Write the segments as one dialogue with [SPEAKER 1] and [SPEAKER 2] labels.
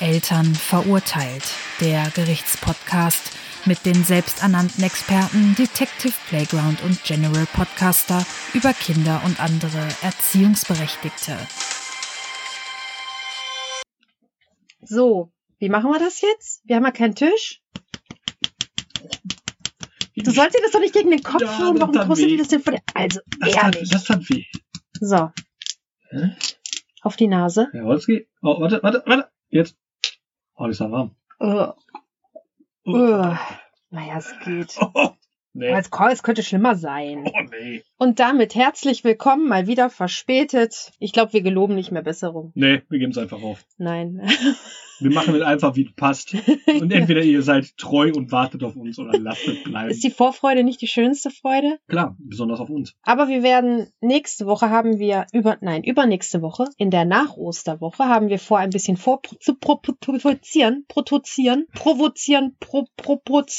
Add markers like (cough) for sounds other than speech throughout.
[SPEAKER 1] Eltern verurteilt. Der Gerichtspodcast mit den selbsternannten Experten Detective Playground und General Podcaster über Kinder und andere Erziehungsberechtigte.
[SPEAKER 2] So, wie machen wir das jetzt? Wir haben ja keinen Tisch. Du sollst dir das doch nicht gegen den Kopf
[SPEAKER 3] Ja,
[SPEAKER 2] hauen.
[SPEAKER 3] das
[SPEAKER 2] Warum
[SPEAKER 3] tat
[SPEAKER 2] tust du
[SPEAKER 3] weh.
[SPEAKER 2] dir das denn vor der... Also,
[SPEAKER 3] Das tat,
[SPEAKER 2] ehrlich.
[SPEAKER 3] das tat weh.
[SPEAKER 2] So.
[SPEAKER 3] Hä?
[SPEAKER 2] Auf die Nase.
[SPEAKER 3] Herr Wolski, oh, warte, warte, warte, jetzt. Oh, das ist ja warm.
[SPEAKER 2] Uh,
[SPEAKER 3] Oh,
[SPEAKER 2] uh. Naja, es geht.
[SPEAKER 3] Oh, oh. (laughs) Nee,
[SPEAKER 2] Es es könnte schlimmer sein.
[SPEAKER 3] oh, nee,
[SPEAKER 2] Und damit herzlich willkommen, mal wieder verspätet. Ich glaube, wir geloben nicht mehr Besserung.
[SPEAKER 3] nee, wir geben es einfach auf.
[SPEAKER 2] Nein. (laughs)
[SPEAKER 3] Wir machen es einfach, wie es passt. Und entweder ihr seid treu und wartet auf uns oder lasst es bleiben.
[SPEAKER 2] Ist die Vorfreude nicht die schönste Freude?
[SPEAKER 3] Klar, besonders auf uns.
[SPEAKER 2] Aber wir werden nächste Woche haben wir über nein übernächste Woche in der Nachosterwoche haben wir vor ein bisschen vor zu pro, pro, provozieren, protozieren, provozieren, pro,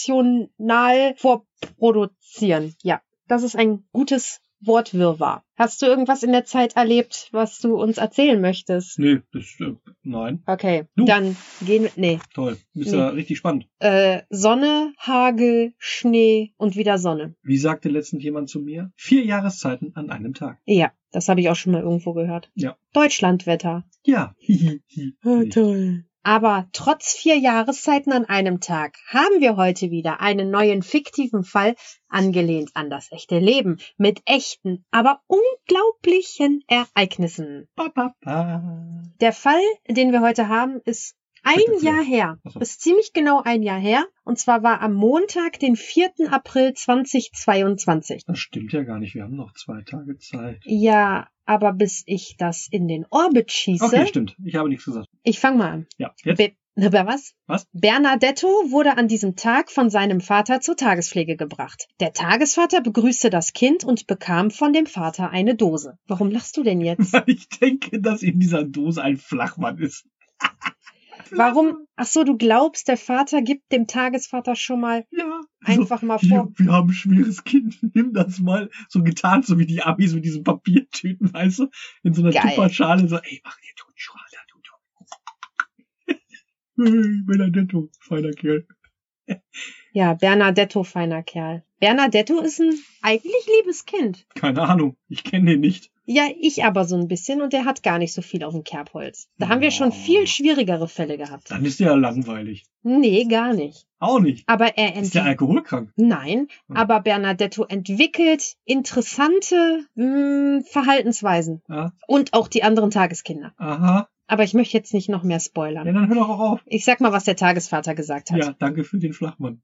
[SPEAKER 2] proportional vorproduzieren. Ja, das ist ein gutes Wortwirrwarr. Hast du irgendwas in der Zeit erlebt, was du uns erzählen möchtest?
[SPEAKER 3] Nee, das, äh, nein,
[SPEAKER 2] Okay,
[SPEAKER 3] Du.
[SPEAKER 2] dann gehen wir. Nee.
[SPEAKER 3] toll. Ist ja richtig spannend.
[SPEAKER 2] Äh, Sonne, Hagel, Schnee und wieder Sonne.
[SPEAKER 3] Wie sagte letztens jemand zu mir? Vier Jahreszeiten an einem Tag.
[SPEAKER 2] Ja, das habe ich auch schon mal irgendwo gehört.
[SPEAKER 3] Ja.
[SPEAKER 2] Deutschlandwetter.
[SPEAKER 3] Ja. (laughs)
[SPEAKER 2] Ah,
[SPEAKER 3] Richtig.
[SPEAKER 2] toll. Aber trotz vier Jahreszeiten an einem Tag haben wir heute wieder einen neuen fiktiven Fall angelehnt an das echte Leben mit echten, aber unglaublichen Ereignissen.
[SPEAKER 3] Ba, ba, ba.
[SPEAKER 2] Der Fall, den wir heute haben, ist ein
[SPEAKER 3] Spektakulär.
[SPEAKER 2] Jahr her.
[SPEAKER 3] Ach so.
[SPEAKER 2] Ist ziemlich genau ein Jahr her. Und zwar war am Montag, den 4. April 2022.
[SPEAKER 3] Das stimmt ja gar nicht. Wir haben noch zwei Tage Zeit.
[SPEAKER 2] Ja, aber bis ich das in den Orbit schieße,
[SPEAKER 3] Okay, stimmt. Ich habe nichts gesagt.
[SPEAKER 2] ich fang mal an.
[SPEAKER 3] Ja, jetzt.
[SPEAKER 2] Be aber was?
[SPEAKER 3] Was?
[SPEAKER 2] Bernadetto wurde an diesem Tag von seinem Vater zur Tagespflege gebracht. Der Tagesvater begrüßte das Kind und bekam von dem Vater eine Dose. Warum lachst du denn
[SPEAKER 3] (laughs)
[SPEAKER 2] jetzt?
[SPEAKER 3] Ich denke, dass in dieser Dose ein Flachmann ist.
[SPEAKER 2] Warum? Ach so, du glaubst, der Vater gibt dem Tagesvater schon mal
[SPEAKER 3] Ja.
[SPEAKER 2] einfach mal
[SPEAKER 3] So, hier, (laughs)
[SPEAKER 2] vor.
[SPEAKER 3] Also, wir haben ein schweres Kind. (laughs) Nimm das mal. So getan, so wie die Amis mit diesen Papiertüten, weißt du? In so einer
[SPEAKER 2] Geil.
[SPEAKER 3] Tupperschale. So, ey, mach dir du Schale, du du. (laughs) Hey, Benedetto, feiner Kerl.
[SPEAKER 2] Ja, Bernadetto, feiner Kerl. Bernadetto ist ein eigentlich liebes Kind.
[SPEAKER 3] Keine Ahnung. Ich kenne den nicht.
[SPEAKER 2] Ja, ich aber so ein bisschen und er hat gar nicht so viel auf dem Kerbholz. Da haben wir schon
[SPEAKER 3] Ja.
[SPEAKER 2] viel schwierigere Fälle gehabt.
[SPEAKER 3] Dann ist der ja langweilig.
[SPEAKER 2] Nee, gar nicht.
[SPEAKER 3] Auch nicht.
[SPEAKER 2] Aber er
[SPEAKER 3] Ist der alkoholkrank?
[SPEAKER 2] Nein,
[SPEAKER 3] Hm.
[SPEAKER 2] aber Bernadetto entwickelt interessante mh, Verhaltensweisen
[SPEAKER 3] Ja.
[SPEAKER 2] und auch die anderen Tageskinder.
[SPEAKER 3] Aha.
[SPEAKER 2] Aber ich möchte jetzt nicht noch mehr
[SPEAKER 3] Ja,
[SPEAKER 2] spoilern.
[SPEAKER 3] dann hör doch auch auf.
[SPEAKER 2] Ich sag mal, was der Tagesvater gesagt hat.
[SPEAKER 3] Ja, danke für den Flachmann.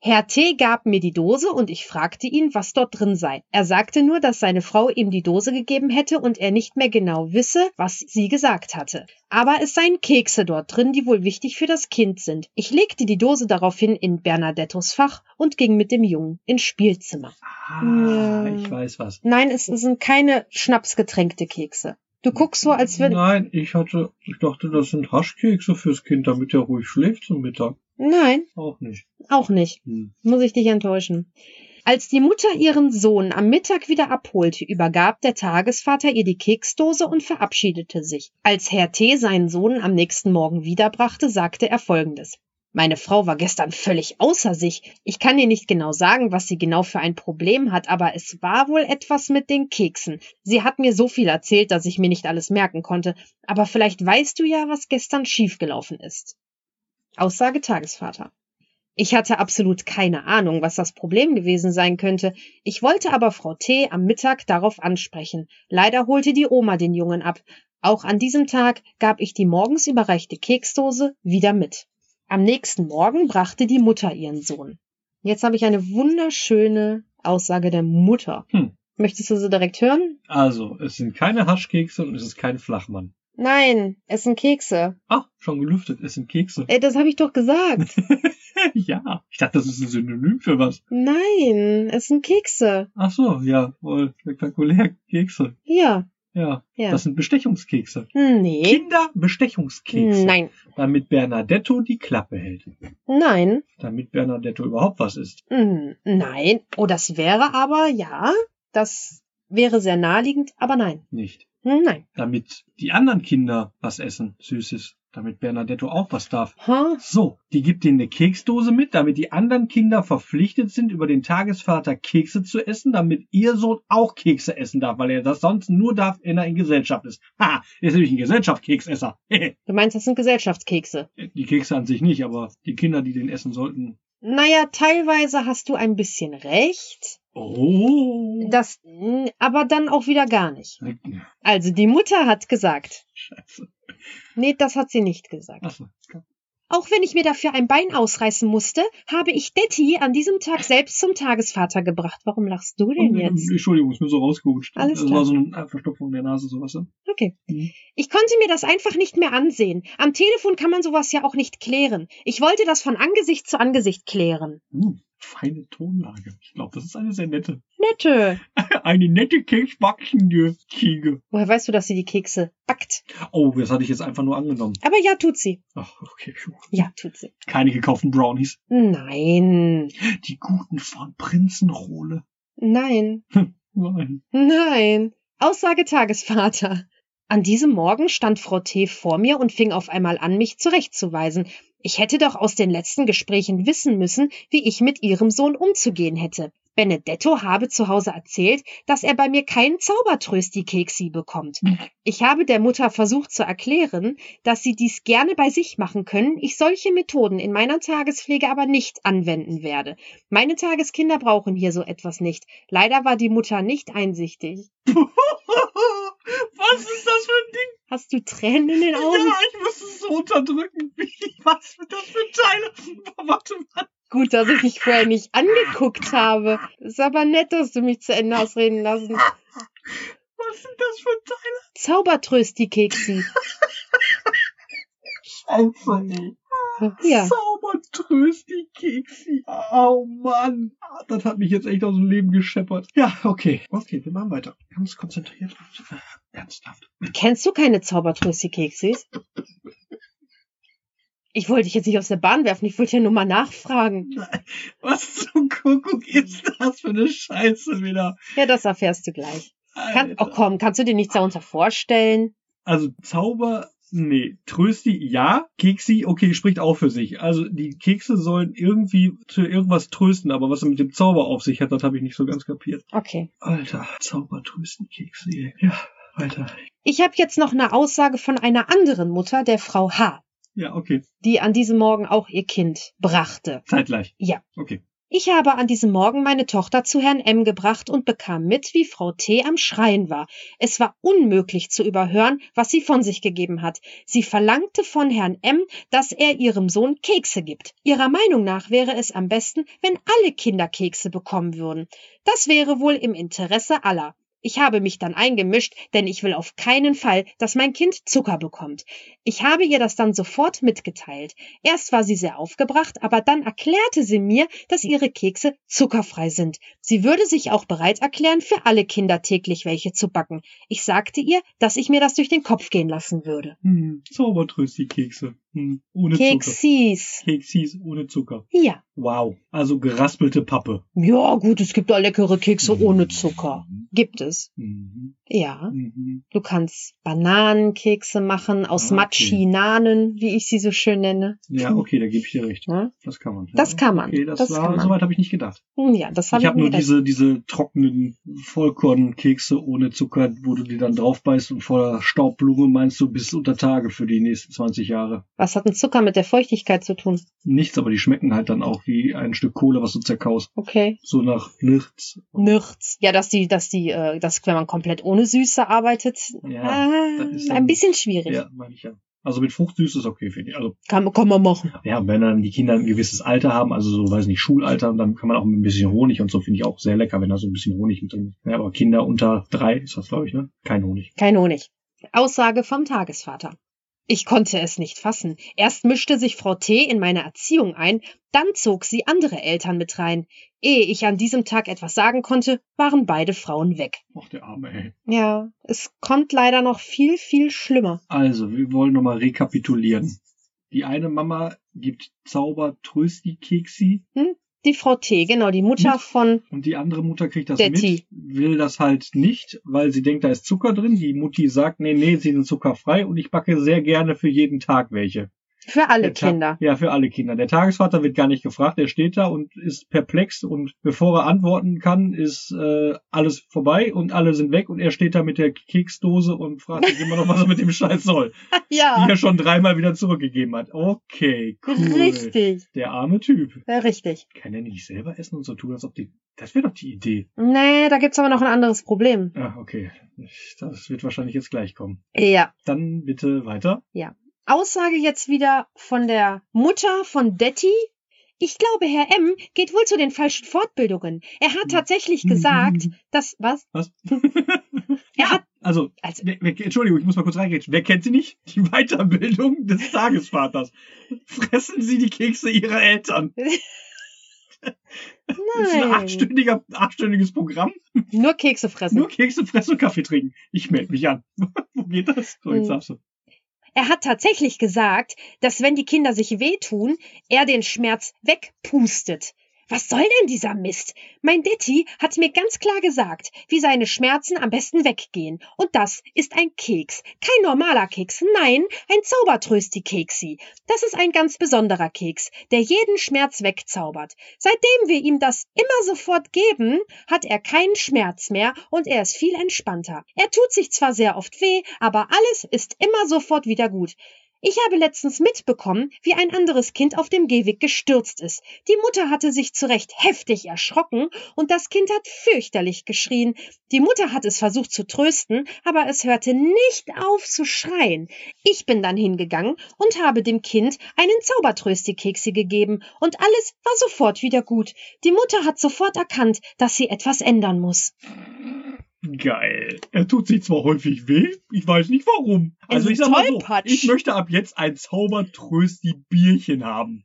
[SPEAKER 2] Herr T. gab mir die Dose und ich fragte ihn, was dort drin sei. Er sagte nur, dass seine Frau ihm die Dose gegeben hätte und er nicht mehr genau wisse, was sie gesagt hatte. Aber es seien Kekse dort drin, die wohl wichtig für das Kind sind. Ich legte die Dose daraufhin in Bernadettos Fach und ging mit dem Jungen ins Spielzimmer.
[SPEAKER 3] Ah,
[SPEAKER 2] Ja.
[SPEAKER 3] ich weiß was.
[SPEAKER 2] Nein, es sind keine schnapsgetränkte Kekse. Du guckst so, als wenn.
[SPEAKER 3] Nein, ich hatte, ich dachte, das sind Haschkekse fürs Kind, damit er ruhig schläft zum Mittag.
[SPEAKER 2] Nein,
[SPEAKER 3] Auch nicht.
[SPEAKER 2] auch nicht.
[SPEAKER 3] Hm.
[SPEAKER 2] Muss ich dich enttäuschen. Als die Mutter ihren Sohn am Mittag wieder abholte, übergab der Tagesvater ihr die Keksdose und verabschiedete sich. Als Herr T. seinen Sohn am nächsten Morgen wiederbrachte, sagte er folgendes. Meine Frau war gestern völlig außer sich. Ich kann dir nicht genau sagen, was sie genau für ein Problem hat, aber es war wohl etwas mit den Keksen. Sie hat mir so viel erzählt, dass ich mir nicht alles merken konnte. Aber vielleicht weißt du ja, was gestern schiefgelaufen ist. Aussage Tagesvater. Ich hatte absolut keine Ahnung, was das Problem gewesen sein könnte. Ich wollte aber Frau T. am Mittag darauf ansprechen. Leider holte die Oma den Jungen ab. Auch an diesem Tag gab ich die morgens überreichte Keksdose wieder mit. Am nächsten Morgen brachte die Mutter ihren Sohn. Jetzt habe ich eine wunderschöne Aussage der Mutter.
[SPEAKER 3] Hm.
[SPEAKER 2] Möchtest du sie direkt hören?
[SPEAKER 3] Also, es sind keine Haschkekse und es ist kein Flachmann.
[SPEAKER 2] Nein, es sind Kekse.
[SPEAKER 3] Ah, schon gelüftet, es sind Kekse.
[SPEAKER 2] Äh, das habe ich doch gesagt.
[SPEAKER 3] (laughs) ja, ich dachte, das ist ein Synonym für was.
[SPEAKER 2] Nein, es sind Kekse.
[SPEAKER 3] Ach so, ja, voll spektakulär, Kekse.
[SPEAKER 2] Ja,
[SPEAKER 3] Ja,
[SPEAKER 2] ja. Hm,
[SPEAKER 3] das sind Bestechungskekse.
[SPEAKER 2] nee.
[SPEAKER 3] Kinderbestechungskekse.
[SPEAKER 2] Nein,
[SPEAKER 3] Damit Bernadetto die Klappe hält.
[SPEAKER 2] nein,
[SPEAKER 3] Damit Bernadetto überhaupt was ist.
[SPEAKER 2] mm, nein. Oh, das wäre aber, ja, das wäre sehr naheliegend, aber nein, Hm,
[SPEAKER 3] Nicht.
[SPEAKER 2] nein.
[SPEAKER 3] damit die anderen Kinder was essen, Süßes, damit Bernadetto auch was darf.
[SPEAKER 2] Huh?
[SPEAKER 3] So, die gibt ihnen eine Keksdose mit, damit die anderen Kinder verpflichtet sind, über den Tagesvater Kekse zu essen, damit ihr Sohn auch Kekse essen darf, weil er das sonst nur darf, wenn er in Gesellschaft ist. Ha, er ist nämlich ein Gesellschaftskeksesser.
[SPEAKER 2] Du meinst, das sind Gesellschaftskekse?
[SPEAKER 3] (laughs) die Kekse an sich nicht, aber die Kinder, die den essen sollten.
[SPEAKER 2] Naja, teilweise hast du ein bisschen recht.
[SPEAKER 3] Oh.
[SPEAKER 2] Das, mh, aber dann auch wieder gar nicht. Also, die Mutter hat gesagt.
[SPEAKER 3] Scheiße.
[SPEAKER 2] Nee, das hat sie nicht gesagt.
[SPEAKER 3] Achso.
[SPEAKER 2] Auch wenn ich mir dafür ein Bein ausreißen musste, habe ich Detti an diesem Tag selbst zum Tagesvater gebracht. Warum lachst du
[SPEAKER 3] Oh,
[SPEAKER 2] denn jetzt?
[SPEAKER 3] Entschuldigung, ist mir so rausgerutscht.
[SPEAKER 2] Alles
[SPEAKER 3] das
[SPEAKER 2] klar.
[SPEAKER 3] war so eine Verstopfung der Nase, sowas. ne?
[SPEAKER 2] Okay.
[SPEAKER 3] Mhm.
[SPEAKER 2] Ich konnte mir das einfach nicht mehr ansehen. Am Telefon kann man sowas ja auch nicht klären. Ich wollte das von Angesicht zu Angesicht klären.
[SPEAKER 3] Hm, feine Tonlage. Ich glaube, das ist eine sehr nette.
[SPEAKER 2] Nette.
[SPEAKER 3] Eine nette keksbackende Ziege.
[SPEAKER 2] Woher weißt du, dass sie die Kekse backt?
[SPEAKER 3] Oh, das hatte ich jetzt einfach nur angenommen.
[SPEAKER 2] Aber ja, tut sie.
[SPEAKER 3] Ach, okay.
[SPEAKER 2] Ja, tut sie.
[SPEAKER 3] Keine gekauften Brownies.
[SPEAKER 2] Nein.
[SPEAKER 3] Die guten von Prinzenrohle.
[SPEAKER 2] Nein.
[SPEAKER 3] Nein. (laughs)
[SPEAKER 2] Nein. Aussage Tagesvater. An diesem Morgen stand Frau T. vor mir und fing auf einmal an, mich zurechtzuweisen. Ich hätte doch aus den letzten Gesprächen wissen müssen, wie ich mit ihrem Sohn umzugehen hätte. Benedetto habe zu Hause erzählt, dass er bei mir keinen Zaubertrösti-Keksi bekommt. Ich habe der Mutter versucht zu erklären, dass sie dies gerne bei sich machen können, ich solche Methoden in meiner Tagespflege aber nicht anwenden werde. Meine Tageskinder brauchen hier so etwas nicht. Leider war die Mutter nicht einsichtig.
[SPEAKER 3] Was ist das für ein Ding?
[SPEAKER 2] Hast du Tränen in den
[SPEAKER 3] (laughs)
[SPEAKER 2] Augen?
[SPEAKER 3] Ja, ich muss es so unterdrücken. (laughs) Wie- Was sind das für Teile? (laughs) Warte mal.
[SPEAKER 2] Gut, dass ich dich vorher nicht angeguckt habe. Ist aber nett, dass du mich zu Ende ausreden lassen.
[SPEAKER 3] Was sind das für Teile?
[SPEAKER 2] Zaubertröst die Keksi.
[SPEAKER 3] Scheiße.
[SPEAKER 2] Ja.
[SPEAKER 3] Zaubertröst, die Keksi. Oh Mann. Ah, Das hat mich jetzt echt aus dem Leben gescheppert. Ja, okay. Okay, wir machen weiter. Ganz konzentriert. und, äh, Ernsthaft.
[SPEAKER 2] Kennst du keine Zaubertröst die Keksis? Ich wollte dich jetzt nicht aus der Bahn werfen, ich wollte ja nur mal nachfragen.
[SPEAKER 3] Was zum Kuckuck ist das für eine Scheiße wieder?
[SPEAKER 2] Ja, das erfährst du gleich. Kann,
[SPEAKER 3] Alter.
[SPEAKER 2] oh komm, kannst du dir nichts darunter vorstellen?
[SPEAKER 3] Also Zauber, nee. Trösti, ja. Keksi, okay, spricht auch für sich. Also die Kekse sollen irgendwie zu irgendwas trösten, aber was er mit dem Zauber auf sich hat, das habe ich nicht so ganz kapiert.
[SPEAKER 2] Okay.
[SPEAKER 3] Alter, Zauber trösten Kekse. ey. Ja, Alter.
[SPEAKER 2] Ich habe jetzt noch eine Aussage von einer anderen Mutter, der Frau H.,
[SPEAKER 3] Ja, okay.
[SPEAKER 2] die an diesem Morgen auch ihr Kind brachte.
[SPEAKER 3] Zeitgleich.
[SPEAKER 2] Ja.
[SPEAKER 3] Okay.
[SPEAKER 2] Ich habe an diesem Morgen meine Tochter zu Herrn M. gebracht und bekam mit, wie Frau T. am Schreien war. Es war unmöglich zu überhören, was sie von sich gegeben hat. Sie verlangte von Herrn M., dass er ihrem Sohn Kekse gibt. Ihrer Meinung nach wäre es am besten, wenn alle Kinder Kekse bekommen würden. Das wäre wohl im Interesse aller. Ich habe mich dann eingemischt, denn ich will auf keinen Fall, dass mein Kind Zucker bekommt. Ich habe ihr das dann sofort mitgeteilt. Erst war sie sehr aufgebracht, aber dann erklärte sie mir, dass ihre Kekse zuckerfrei sind. Sie würde sich auch bereit erklären, für alle Kinder täglich welche zu backen. Ich sagte ihr, dass ich mir das durch den Kopf gehen lassen würde.
[SPEAKER 3] Hm, Zauber trösti Kekse. Hm, ohne Zucker.
[SPEAKER 2] Keksis.
[SPEAKER 3] Keksis ohne Zucker.
[SPEAKER 2] Ja.
[SPEAKER 3] Wow. Also geraspelte Pappe.
[SPEAKER 2] Ja, gut, es gibt auch leckere Kekse ohne Zucker.
[SPEAKER 3] Mhm.
[SPEAKER 2] Gibt es.
[SPEAKER 3] Mhm.
[SPEAKER 2] Ja.
[SPEAKER 3] Mhm.
[SPEAKER 2] Du kannst Bananenkekse machen aus
[SPEAKER 3] Ah, okay.
[SPEAKER 2] Matschinanen, wie ich sie so schön nenne.
[SPEAKER 3] Ja, okay, da gebe ich dir recht.
[SPEAKER 2] Ne?
[SPEAKER 3] Das kann man.
[SPEAKER 2] Das
[SPEAKER 3] ja.
[SPEAKER 2] kann man.
[SPEAKER 3] Okay, das,
[SPEAKER 2] Das kann
[SPEAKER 3] war,
[SPEAKER 2] man.
[SPEAKER 3] soweit habe ich nicht gedacht.
[SPEAKER 2] Hm, Ja, das habe
[SPEAKER 3] ich
[SPEAKER 2] ich,
[SPEAKER 3] habe
[SPEAKER 2] mir
[SPEAKER 3] nur
[SPEAKER 2] gedacht.
[SPEAKER 3] diese, diese trockenen Vollkornkekse ohne Zucker, wo du die dann drauf beißt und voller Staubblume meinst du bis unter Tage für die nächsten 20 Jahre.
[SPEAKER 2] Was hat denn Zucker mit der Feuchtigkeit zu tun?
[SPEAKER 3] Nichts, aber die schmecken halt dann auch wie ein Stück Kohle, was du zerkaust.
[SPEAKER 2] Okay.
[SPEAKER 3] So nach nichts.
[SPEAKER 2] Nichts. Ja, dass die, dass die, äh, dass wenn man komplett ohne Süße arbeitet,
[SPEAKER 3] Ja,
[SPEAKER 2] ah,
[SPEAKER 3] das ist dann-
[SPEAKER 2] ein bisschen schwierig.
[SPEAKER 3] ja meine ich ja. Also mit Fruchtsüß ist okay, finde ich. Also,
[SPEAKER 2] Kann, kann man machen.
[SPEAKER 3] ja, wenn dann die Kinder ein gewisses Alter haben, also so, weiß nicht, Schulalter, dann kann man auch mit ein bisschen Honig und so, finde ich auch sehr lecker, wenn da so ein bisschen Honig mit drin ist. Ja, aber Kinder unter drei ist das, glaube ich, ne? Kein Honig.
[SPEAKER 2] Kein Honig. Aussage vom Tagesvater. Ich konnte es nicht fassen. Erst mischte sich Frau T. in meine Erziehung ein, dann zog sie andere Eltern mit rein. Ehe ich an diesem Tag etwas sagen konnte, waren beide Frauen weg.
[SPEAKER 3] Ach, der arme, ey.
[SPEAKER 2] Ja, es kommt leider noch viel, viel schlimmer.
[SPEAKER 3] Also, wir wollen nochmal rekapitulieren. Die eine Mama gibt Zauber Trösti Keksi.
[SPEAKER 2] die Frau T, genau, die Mutter
[SPEAKER 3] Mit-
[SPEAKER 2] von
[SPEAKER 3] Und die andere Mutter kriegt das
[SPEAKER 2] Der
[SPEAKER 3] mit,
[SPEAKER 2] Tee.
[SPEAKER 3] will das halt nicht, weil sie denkt, da ist Zucker drin. Die Mutti sagt, nee, nee, sie sind zuckerfrei und ich backe sehr gerne für jeden Tag welche.
[SPEAKER 2] für alle
[SPEAKER 3] Der Ta-
[SPEAKER 2] Kinder.
[SPEAKER 3] Ja, für alle Kinder. Der Tagesvater wird gar nicht gefragt, er steht da und ist perplex und bevor er antworten kann, ist äh, alles vorbei und alle sind weg und er steht da mit der Keksdose und fragt sich immer noch, was er mit dem Scheiß soll,
[SPEAKER 2] (laughs) Ja,
[SPEAKER 3] die er schon dreimal wieder zurückgegeben hat. Okay, cool.
[SPEAKER 2] richtig.
[SPEAKER 3] Der arme Typ.
[SPEAKER 2] Ja, richtig.
[SPEAKER 3] Kann er nicht selber essen und so tun, als ob die... Das wäre doch die Idee.
[SPEAKER 2] Nee, da gibt's aber noch ein anderes Problem.
[SPEAKER 3] Ah, okay. Das wird wahrscheinlich jetzt gleich kommen.
[SPEAKER 2] Ja.
[SPEAKER 3] Dann bitte weiter.
[SPEAKER 2] Aussage jetzt wieder von der Mutter von Detti. Ich glaube, Herr M. geht wohl zu den falschen Fortbildungen. Er hat tatsächlich gesagt,
[SPEAKER 3] Mhm.
[SPEAKER 2] dass... Was?
[SPEAKER 3] Was?
[SPEAKER 2] Er hat...
[SPEAKER 3] (laughs) Also,
[SPEAKER 2] Also,
[SPEAKER 3] Wer, wer, Entschuldigung, ich muss mal kurz reingrätschen. Wer kennt sie nicht? Die Weiterbildung des Tagesvaters. Fressen Sie die Kekse Ihrer Eltern. Das ist ein
[SPEAKER 2] nein.
[SPEAKER 3] achtstündiger, achtstündiges Programm.
[SPEAKER 2] Nur Kekse fressen.
[SPEAKER 3] Nur Kekse fressen und Kaffee trinken. Ich melde mich an. (laughs) Wo geht das? So, jetzt
[SPEAKER 2] Mhm.
[SPEAKER 3] darfst du.
[SPEAKER 2] Er hat tatsächlich gesagt, dass wenn die Kinder sich wehtun, er den Schmerz wegpustet. Was soll denn dieser Mist? Mein Detti hat mir ganz klar gesagt, wie seine Schmerzen am besten weggehen. Und das ist ein Keks. Kein normaler Keks, nein, ein Zaubertrösti-Keksi. Das ist ein ganz besonderer Keks, der jeden Schmerz wegzaubert. Seitdem wir ihm das immer sofort geben, hat er keinen Schmerz mehr und er ist viel entspannter. Er tut sich zwar sehr oft weh, aber alles ist immer sofort wieder gut. Ich habe letztens mitbekommen, wie ein anderes Kind auf dem Gehweg gestürzt ist. Die Mutter hatte sich zu Recht heftig erschrocken und das Kind hat fürchterlich geschrien. Die Mutter hat es versucht zu trösten, aber es hörte nicht auf zu schreien. Ich bin dann hingegangen und habe dem Kind einen Zaubertrösti-Keksi gegeben und alles war sofort wieder gut. Die Mutter hat sofort erkannt, dass sie etwas ändern muss.
[SPEAKER 3] Geil. Er tut sich zwar häufig weh, ich weiß nicht warum.
[SPEAKER 2] Er
[SPEAKER 3] Also
[SPEAKER 2] ist
[SPEAKER 3] ich sag mal so,
[SPEAKER 2] tollpatsch.
[SPEAKER 3] ich möchte ab jetzt ein
[SPEAKER 2] (gasps)
[SPEAKER 3] Zaubertrösti-Bierchen haben.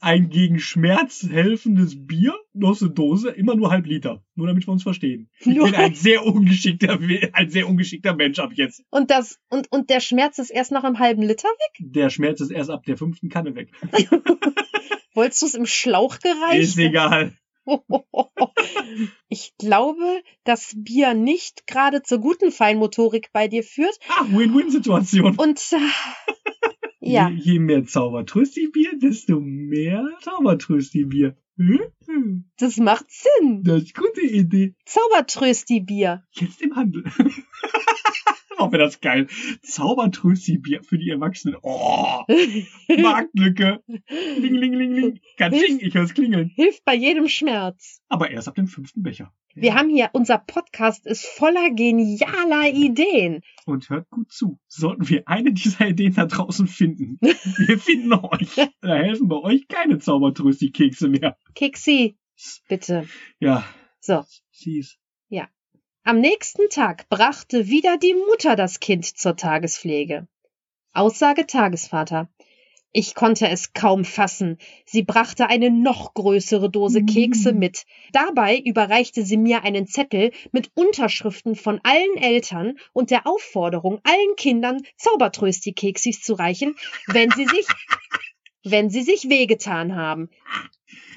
[SPEAKER 3] Ein gegen Schmerz helfendes Bier, nur aus der Dose, immer nur halb Liter. Nur damit wir uns verstehen. Ich
[SPEAKER 2] Nur-
[SPEAKER 3] bin ein sehr ungeschickter, We- ein sehr ungeschickter Mensch ab jetzt.
[SPEAKER 2] Und das und und der Schmerz ist erst nach einem halben Liter weg?
[SPEAKER 3] Der Schmerz ist erst ab der fünften Kanne weg.
[SPEAKER 2] Wolltest du es im Schlauch gereicht?
[SPEAKER 3] Ist egal.
[SPEAKER 2] Ich glaube, dass Bier nicht gerade zur guten Feinmotorik bei dir führt.
[SPEAKER 3] Ah, Win-Win-Situation.
[SPEAKER 2] Und äh, Oh, ja,
[SPEAKER 3] Je, je mehr Zaubertrösti-Bier, desto mehr Zaubertrösti-Bier. Hm?
[SPEAKER 2] das macht Sinn.
[SPEAKER 3] Das ist eine gute Idee.
[SPEAKER 2] Zaubertrösti-Bier.
[SPEAKER 3] Jetzt im Handel. (laughs) Oh, wäre das geil. Zaubertrösti-Bier für die Erwachsenen.
[SPEAKER 2] (laughs)
[SPEAKER 3] Oh, Marktlücke. Ling, ling, ling, ling. Katsching, ich hör's klingeln.
[SPEAKER 2] Hilft bei jedem Schmerz.
[SPEAKER 3] Aber erst ab dem fünften Becher.
[SPEAKER 2] Wir haben hier, unser Podcast ist voller genialer Ideen.
[SPEAKER 3] Und hört gut zu. Sollten wir eine dieser Ideen da
[SPEAKER 2] (laughs)
[SPEAKER 3] draußen finden, wir finden euch. Da helfen bei euch keine Zaubertrösti-Kekse mehr.
[SPEAKER 2] Kixi, bitte.
[SPEAKER 3] Ja,
[SPEAKER 2] So.
[SPEAKER 3] süß.
[SPEAKER 2] Am nächsten Tag brachte wieder die Mutter das Kind zur Tagespflege. Aussage Tagesvater. Ich konnte es kaum fassen. Sie brachte eine noch größere Dose Kekse mit. Dabei überreichte sie mir einen Zettel mit Unterschriften von allen Eltern und der Aufforderung, allen Kindern Zaubertrösti-Keksis zu reichen, wenn sie sich, wenn sie sich wehgetan haben.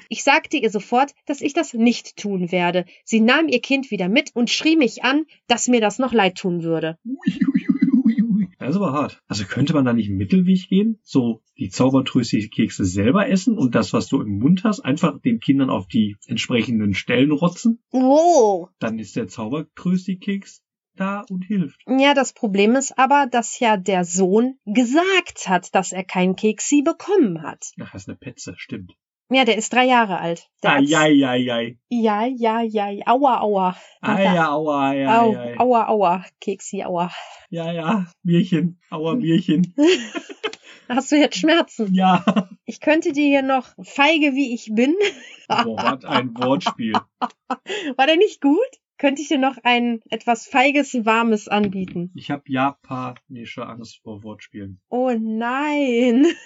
[SPEAKER 2] Ich sagte ihr sofort, dass ich das nicht tun werde. Sie nahm ihr Kind wieder mit und schrie mich an, dass mir das noch leid tun würde.
[SPEAKER 3] Uiuiuiui. Das ist aber hart. Also könnte man da nicht einen Mittelweg gehen? So die Zaubertrösti-Kekse selber essen und das, was du im Mund hast, einfach den Kindern auf die entsprechenden Stellen rotzen?
[SPEAKER 2] Wow.
[SPEAKER 3] Dann ist der Zaubertrösti-Keks da und hilft.
[SPEAKER 2] Ja, das Problem ist aber, dass ja der Sohn gesagt hat, dass er keinen Keksi bekommen hat.
[SPEAKER 3] Ach, das ist eine Petze, stimmt.
[SPEAKER 2] Ja, der ist drei Jahre alt. Der hat's-
[SPEAKER 3] Eieieiei.
[SPEAKER 2] Ja, ja, ja, ja. Aua, aua.
[SPEAKER 3] Eieiei.
[SPEAKER 2] Au,
[SPEAKER 3] Eieiei.
[SPEAKER 2] aua, aua. Keksi, aua.
[SPEAKER 3] Ja, ja, Bierchen. Aua, Bierchen.
[SPEAKER 2] Hast du jetzt Schmerzen? (laughs)
[SPEAKER 3] Ja.
[SPEAKER 2] Ich könnte dir hier noch feige, wie ich bin. (laughs)
[SPEAKER 3] Boah, was ein Wortspiel.
[SPEAKER 2] War der nicht gut? Könnte ich dir noch ein etwas feiges, warmes anbieten?
[SPEAKER 3] Ich habe japanische Angst vor Wortspielen. (laughs)
[SPEAKER 2] Oh nein. (laughs)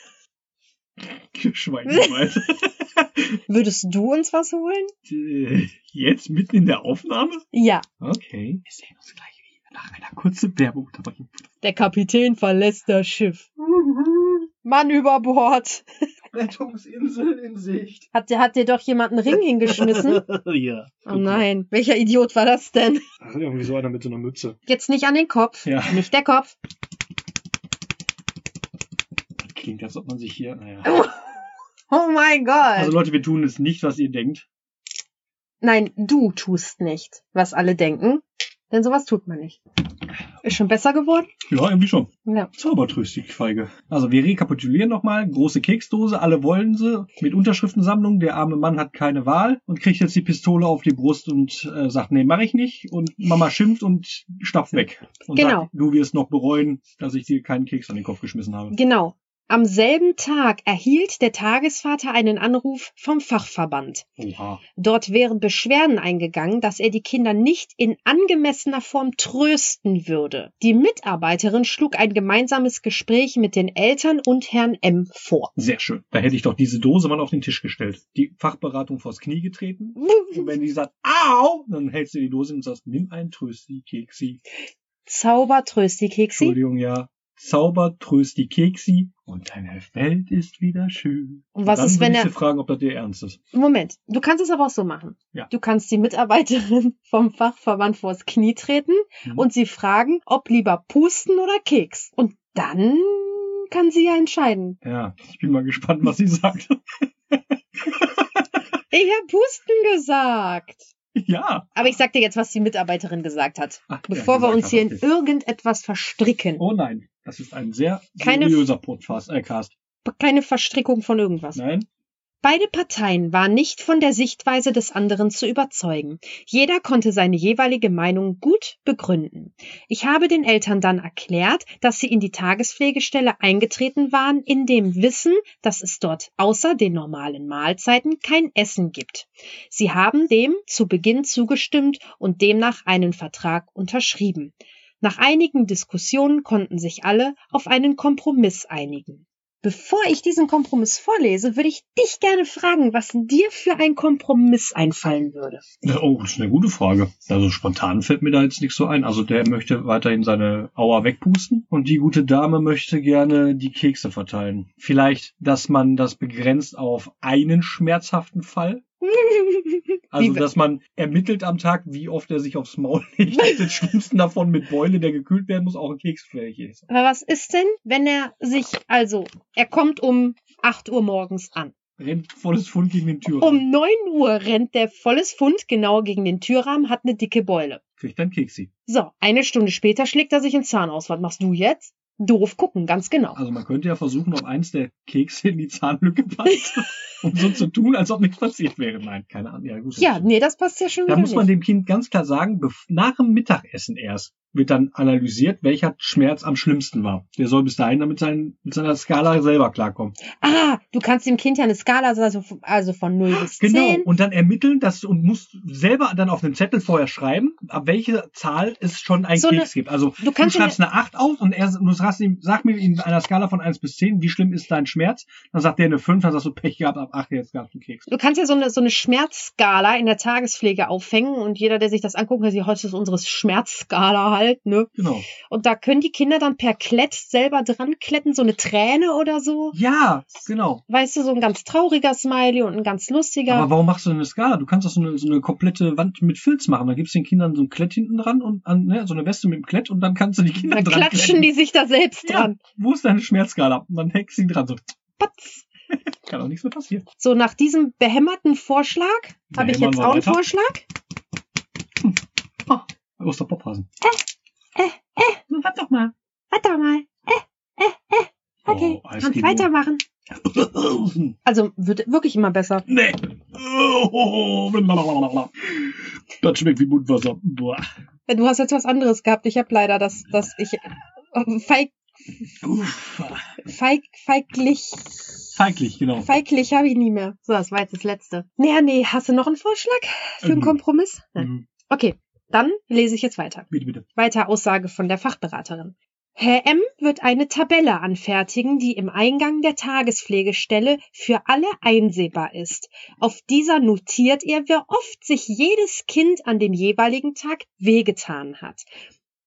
[SPEAKER 3] Schweigen wir weiter.
[SPEAKER 2] Würdest du uns was holen?
[SPEAKER 3] Äh, Jetzt mitten in der Aufnahme?
[SPEAKER 2] Ja.
[SPEAKER 3] Okay. Wir sehen uns gleich wieder nach einer kurzen Werbeunterbrechung.
[SPEAKER 2] Der Kapitän verlässt das Schiff. Mann über Bord.
[SPEAKER 4] Rettungsinsel in Sicht.
[SPEAKER 2] Hat, hat dir doch jemand einen Ring
[SPEAKER 3] (laughs)
[SPEAKER 2] hingeschmissen?
[SPEAKER 4] ja.
[SPEAKER 2] Oh nein, welcher Idiot war das denn?
[SPEAKER 4] Ach, irgendwie so einer mit so einer Mütze.
[SPEAKER 2] Jetzt nicht an den Kopf.
[SPEAKER 3] Ja.
[SPEAKER 2] Nicht der Kopf.
[SPEAKER 3] Klingt, als ob man sich hier. Naja.
[SPEAKER 2] Oh mein Gott.
[SPEAKER 3] Also Leute, wir tun es nicht, was ihr denkt.
[SPEAKER 2] Nein, du tust nicht, was alle denken. Denn sowas tut man nicht. Ist schon besser geworden?
[SPEAKER 3] Ja, irgendwie schon.
[SPEAKER 2] Ja.
[SPEAKER 3] Zaubertröstig, Feige. Also wir rekapitulieren nochmal. Große Keksdose, alle wollen sie. Mit Unterschriftensammlung. Der arme Mann hat keine Wahl und kriegt jetzt die Pistole auf die Brust und äh, sagt, nee, mache ich nicht. Und Mama schimpft und stapft weg. Und
[SPEAKER 2] Genau.
[SPEAKER 3] sagt, du wirst noch bereuen, dass ich dir keinen Keks an den Kopf geschmissen habe.
[SPEAKER 2] Genau. Am selben Tag erhielt der Tagesvater einen Anruf vom Fachverband.
[SPEAKER 3] Oha.
[SPEAKER 2] Dort wären Beschwerden eingegangen, dass er die Kinder nicht in angemessener Form trösten würde. Die Mitarbeiterin schlug ein gemeinsames Gespräch mit den Eltern und Herrn M. vor.
[SPEAKER 3] Sehr schön. Da hätte ich doch diese Dose mal auf den Tisch gestellt. Die Fachberatung vors Knie getreten. Und wenn die sagt, au, dann hältst du die Dose hin und sagst, nimm einen Trösti, Keksi,
[SPEAKER 2] Zauber, tröst die Keksi.
[SPEAKER 3] Entschuldigung, ja. Zauber, tröst die Keksi und deine Welt ist wieder schön.
[SPEAKER 2] Und was
[SPEAKER 3] Dann
[SPEAKER 2] ist,
[SPEAKER 3] will
[SPEAKER 2] wenn
[SPEAKER 3] ich
[SPEAKER 2] er...
[SPEAKER 3] Sie fragen, ob das dir ernst ist.
[SPEAKER 2] Moment, du kannst es aber auch so machen.
[SPEAKER 3] Ja.
[SPEAKER 2] Du kannst die Mitarbeiterin (laughs) vom Fachverband vors Knie treten
[SPEAKER 3] Mhm.
[SPEAKER 2] und sie fragen, ob lieber Pusten oder Keks. Und dann kann sie ja entscheiden.
[SPEAKER 3] Ja, ich bin mal gespannt, was sie sagt. (laughs)
[SPEAKER 2] Ich habe Pusten gesagt.
[SPEAKER 3] ja.
[SPEAKER 2] Aber ich sag dir jetzt, was die Mitarbeiterin gesagt hat.
[SPEAKER 3] Ach,
[SPEAKER 2] Bevor
[SPEAKER 3] ja, genau.
[SPEAKER 2] wir
[SPEAKER 3] gesagt
[SPEAKER 2] uns hier
[SPEAKER 3] hat,
[SPEAKER 2] in
[SPEAKER 3] okay.
[SPEAKER 2] irgendetwas verstricken.
[SPEAKER 3] Oh nein, das ist ein sehr
[SPEAKER 2] Keine-
[SPEAKER 3] seriöser Podcast. Äh, Cast.
[SPEAKER 2] Keine Verstrickung von irgendwas.
[SPEAKER 3] Nein?
[SPEAKER 2] Beide Parteien waren nicht von der Sichtweise des anderen zu überzeugen. Jeder konnte seine jeweilige Meinung gut begründen. Ich habe den Eltern dann erklärt, dass sie in die Tagespflegestelle eingetreten waren, in dem Wissen, dass es dort außer den normalen Mahlzeiten kein Essen gibt. Sie haben dem zu Beginn zugestimmt und demnach einen Vertrag unterschrieben. Nach einigen Diskussionen konnten sich alle auf einen Kompromiss einigen. Bevor ich diesen Kompromiss vorlese, würde ich dich gerne fragen, was dir für ein Kompromiss einfallen
[SPEAKER 3] (laughs)
[SPEAKER 2] würde.
[SPEAKER 3] Oh, das ist eine gute Frage. Also spontan fällt mir da jetzt nichts so ein. Also der möchte weiterhin seine Auer wegpusten und die gute Dame möchte gerne die Kekse verteilen. Vielleicht, dass man das begrenzt auf einen schmerzhaften Fall. Also,
[SPEAKER 2] Wie-
[SPEAKER 3] dass man ermittelt am Tag, wie oft er sich aufs Maul (laughs) legt. Den schlimmsten davon mit Beule, der gekühlt werden muss, auch ein Keksfläche ist.
[SPEAKER 2] Aber was ist denn, wenn er sich, also, er kommt um 8 Uhr morgens an.
[SPEAKER 3] Rennt volles Pfund gegen den Türrahmen.
[SPEAKER 2] Um 9 Uhr rennt der volles Pfund genau gegen den Türrahmen, hat eine dicke Beule.
[SPEAKER 3] Kriegt dann Keksi.
[SPEAKER 2] So, eine Stunde später schlägt er sich den Zahn aus. Was machst du jetzt? Doof gucken, ganz genau.
[SPEAKER 3] Also, man könnte ja versuchen, ob eins der Kekse in die Zahnlücke passt. (laughs) um so zu tun, als ob nichts passiert wäre. Nein, keine Ahnung. Ja, gut. das
[SPEAKER 2] Ja,
[SPEAKER 3] stimmt.
[SPEAKER 2] nee, das passt ja schon
[SPEAKER 3] Da
[SPEAKER 2] wieder
[SPEAKER 3] muss man
[SPEAKER 2] nicht.
[SPEAKER 3] dem Kind ganz klar sagen, bef- nach dem Mittagessen erst wird dann analysiert, welcher Schmerz am schlimmsten war. Der soll bis dahin damit sein, mit seiner Skala selber klarkommen.
[SPEAKER 2] Ah, du kannst dem Kind ja eine Skala, also, also von 0 bis 10.
[SPEAKER 3] Genau, und dann ermitteln das und musst selber dann auf einem Zettel vorher schreiben, ab welche Zahl es schon einen
[SPEAKER 2] So eine-
[SPEAKER 3] Keks gibt. Also
[SPEAKER 2] Du
[SPEAKER 3] du,
[SPEAKER 2] kannst ja-
[SPEAKER 3] schreibst eine 8 auf und er du sagst ihm, sag mir in einer Skala von 1 bis 10, wie schlimm ist dein Schmerz? Dann sagt der eine 5, dann sagst du Pech gehabt, ab 8 jetzt gab's einen Keks.
[SPEAKER 2] Du kannst ja so eine, so eine Schmerzskala in der Tagespflege aufhängen und jeder, der sich "Oh, das anguckt, der sieht, heute ist unsere Schmerzskala halt, ne?
[SPEAKER 3] Genau.
[SPEAKER 2] Und da können die Kinder dann per Klett selber dran kletten, so eine Träne oder so.
[SPEAKER 3] Ja, genau.
[SPEAKER 2] Weißt du, so ein ganz trauriger Smiley und ein ganz lustiger.
[SPEAKER 3] Aber warum machst du denn eine Skala? Du kannst doch so eine, so eine komplette Wand mit Filz machen. Dann gibst du den Kindern so ein Klett hinten dran und an, ne, so eine Weste mit dem Klett und dann kannst du die Kinder
[SPEAKER 2] dann
[SPEAKER 3] dran
[SPEAKER 2] klatschen die sich da selbst
[SPEAKER 3] Ja.
[SPEAKER 2] dran.
[SPEAKER 3] Wo ist deine Schmerzskala? Und dann hackst du ihn dran. So,
[SPEAKER 2] Patz.
[SPEAKER 3] kann auch nichts mehr passieren.
[SPEAKER 2] So, nach diesem behämmerten Vorschlag habe ich
[SPEAKER 3] Behämmern
[SPEAKER 2] jetzt
[SPEAKER 3] wir
[SPEAKER 2] auch einen
[SPEAKER 3] weiter?
[SPEAKER 2] Vorschlag.
[SPEAKER 3] Osterpopphasen.
[SPEAKER 2] Äh,
[SPEAKER 3] Hm.
[SPEAKER 2] Warte doch mal. Warte mal. Äh, Okay,
[SPEAKER 3] Oh, Eis
[SPEAKER 2] und
[SPEAKER 3] Kino.
[SPEAKER 2] weitermachen. Also wird wirklich immer besser.
[SPEAKER 3] nee. Das schmeckt wie Mundwasser. Boah.
[SPEAKER 2] Du hast jetzt was anderes gehabt. Ich habe leider das, das ich feig,
[SPEAKER 3] Uff.
[SPEAKER 2] feig, feiglich,
[SPEAKER 3] Feiglich, genau.
[SPEAKER 2] feiglich habe ich nie mehr. So, das war jetzt das letzte. Nee, nee, hast du noch einen Vorschlag für einen
[SPEAKER 3] Ähm,
[SPEAKER 2] Kompromiss? Nein.
[SPEAKER 3] Mhm.
[SPEAKER 2] Okay, dann lese ich jetzt weiter.
[SPEAKER 3] Bitte, bitte.
[SPEAKER 2] Weiter Aussage von der Fachberaterin. Herr M. wird eine Tabelle anfertigen, die im Eingang der Tagespflegestelle für alle einsehbar ist. Auf dieser notiert er, wie oft sich jedes Kind an dem jeweiligen Tag wehgetan hat.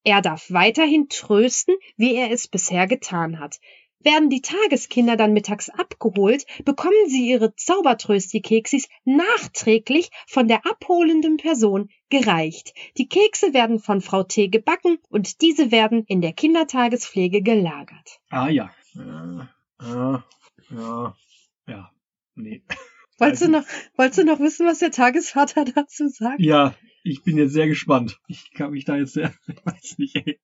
[SPEAKER 2] Er darf weiterhin trösten, wie er es bisher getan hat. Werden die Tageskinder dann mittags abgeholt, bekommen sie ihre Zaubertrösti-Keksis nachträglich von der abholenden Person gereicht. Die Kekse werden von Frau T. gebacken und diese werden in der Kindertagespflege gelagert.
[SPEAKER 3] Ah ja. Äh, äh, ja. Ja. Nee.
[SPEAKER 2] Wolltest du,
[SPEAKER 3] Also-
[SPEAKER 2] noch, wolltest du noch wissen, was der Tagesvater (laughs) dazu sagt?
[SPEAKER 3] Ja, ich bin jetzt sehr gespannt. Ich kann mich da jetzt sehr, (laughs) ich weiß nicht, ey.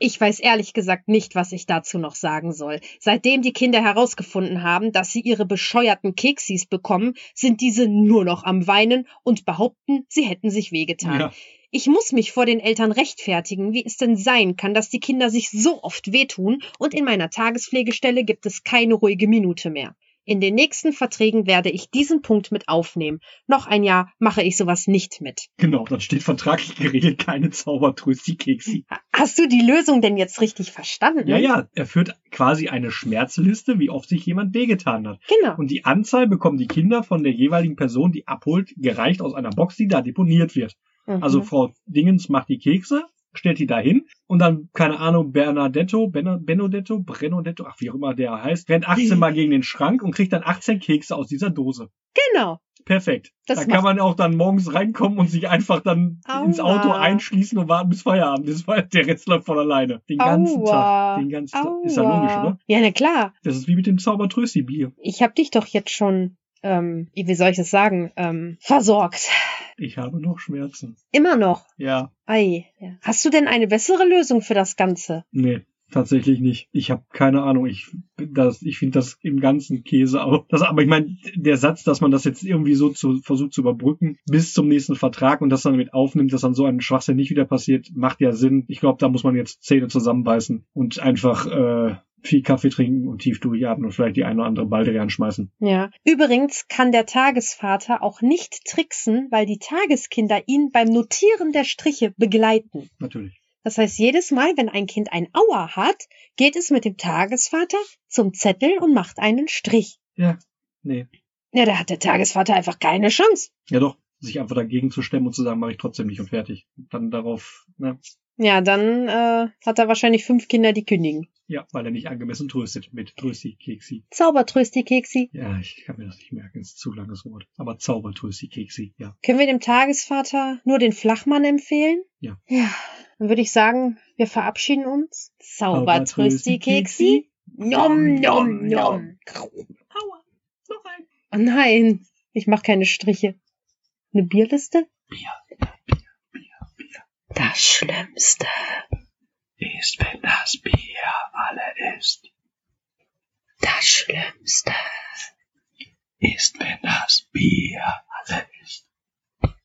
[SPEAKER 2] Ich weiß ehrlich gesagt nicht, was ich dazu noch sagen soll. Seitdem die Kinder herausgefunden haben, dass sie ihre bescheuerten Keksis bekommen, sind diese nur noch am Weinen und behaupten, sie hätten sich wehgetan.
[SPEAKER 3] Ja.
[SPEAKER 2] Ich muss mich vor den Eltern rechtfertigen, wie es denn sein kann, dass die Kinder sich so oft wehtun und in meiner Tagespflegestelle gibt es keine ruhige Minute mehr. In den nächsten Verträgen werde ich diesen Punkt mit aufnehmen. Noch ein Jahr mache ich sowas nicht mit.
[SPEAKER 3] Genau, dann steht vertraglich geregelt keine Zaubertrösti-Keksi.
[SPEAKER 2] Hast du die Lösung denn jetzt richtig verstanden?
[SPEAKER 3] Ja, ja, er führt quasi eine Schmerzliste, wie oft sich jemand wehgetan hat.
[SPEAKER 2] Genau.
[SPEAKER 3] Und die Anzahl bekommen die Kinder von der jeweiligen Person, die abholt, gereicht aus einer Box, die da deponiert wird.
[SPEAKER 2] Mhm.
[SPEAKER 3] Also Frau Dingens macht die Kekse, stellt die dahin und dann, keine Ahnung, Bernadetto, Benno- Benodetto, Brennodetto, ach wie auch immer der heißt, rennt 18 Mal gegen den Schrank und kriegt dann 18 Kekse aus dieser Dose.
[SPEAKER 2] Genau.
[SPEAKER 3] Perfekt.
[SPEAKER 2] Das
[SPEAKER 3] da kann
[SPEAKER 2] macht-
[SPEAKER 3] man auch dann morgens reinkommen und sich einfach dann ins Auto
[SPEAKER 2] Aua.
[SPEAKER 3] einschließen und warten bis Feierabend ist, weil der Rest läuft von alleine. Den ganzen
[SPEAKER 2] Aua.
[SPEAKER 3] Tag. Den ganzen Tag. Ist ja
[SPEAKER 2] Aua.
[SPEAKER 3] logisch, oder?
[SPEAKER 2] Ja, na klar.
[SPEAKER 3] Das ist wie mit dem Zaubertrösti-Bier.
[SPEAKER 2] Ich habe dich doch jetzt schon, ähm, wie soll ich das sagen, ähm, versorgt.
[SPEAKER 3] Ich habe noch Schmerzen.
[SPEAKER 2] Immer noch.
[SPEAKER 3] Ja.
[SPEAKER 2] Ei. Ja. Hast du denn eine bessere Lösung für das Ganze?
[SPEAKER 3] Nee, tatsächlich nicht. Ich habe keine Ahnung. Ich, das, ich finde das im ganzen Käse. Aber, das, aber ich meine, der Satz, dass man das jetzt irgendwie so zu, versucht zu überbrücken bis zum nächsten Vertrag und das dann mit aufnimmt, dass dann so ein Schwachsinn nicht wieder passiert, macht ja Sinn. Ich glaube, da muss man jetzt Zähne zusammenbeißen und einfach äh, viel Kaffee trinken und tief durchatmen und vielleicht die eine oder andere Baldrian schmeißen.
[SPEAKER 2] Ja. Übrigens kann der Tagesvater auch nicht tricksen, weil die Tageskinder ihn beim Notieren der Striche begleiten.
[SPEAKER 3] Natürlich.
[SPEAKER 2] Das heißt, jedes Mal, wenn ein Kind ein Auer hat, geht es mit dem Tagesvater zum Zettel und macht einen Strich.
[SPEAKER 3] Nee.
[SPEAKER 2] Ja, da hat der Tagesvater einfach keine Chance.
[SPEAKER 3] Ja doch, sich einfach dagegen zu stemmen und zu sagen, mache ich trotzdem nicht und fertig. Und dann darauf, ne?
[SPEAKER 2] Ja, dann äh, hat er wahrscheinlich fünf Kinder, die kündigen.
[SPEAKER 3] Ja, weil er nicht angemessen tröstet mit Trösti, Keksi.
[SPEAKER 2] Zaubertrösti Keksi.
[SPEAKER 3] Ja, ich kann mir das nicht merken, ist ein zu langes Wort. Aber Zaubertrösti Keksi, ja.
[SPEAKER 2] Können wir dem Tagesvater nur den Flachmann empfehlen?
[SPEAKER 3] Ja.
[SPEAKER 2] Ja. Dann würde ich sagen, wir verabschieden uns. Zaubertrösti Keksi. Nom, nom, nom.
[SPEAKER 3] Aua, noch ein.
[SPEAKER 2] Oh nein, ich mache keine Striche. Eine Bierliste?
[SPEAKER 3] Bier,
[SPEAKER 2] Das Schlimmste.
[SPEAKER 3] Ist, wenn das Bier alle ist.
[SPEAKER 2] Das Schlimmste.
[SPEAKER 3] Ist, wenn das Bier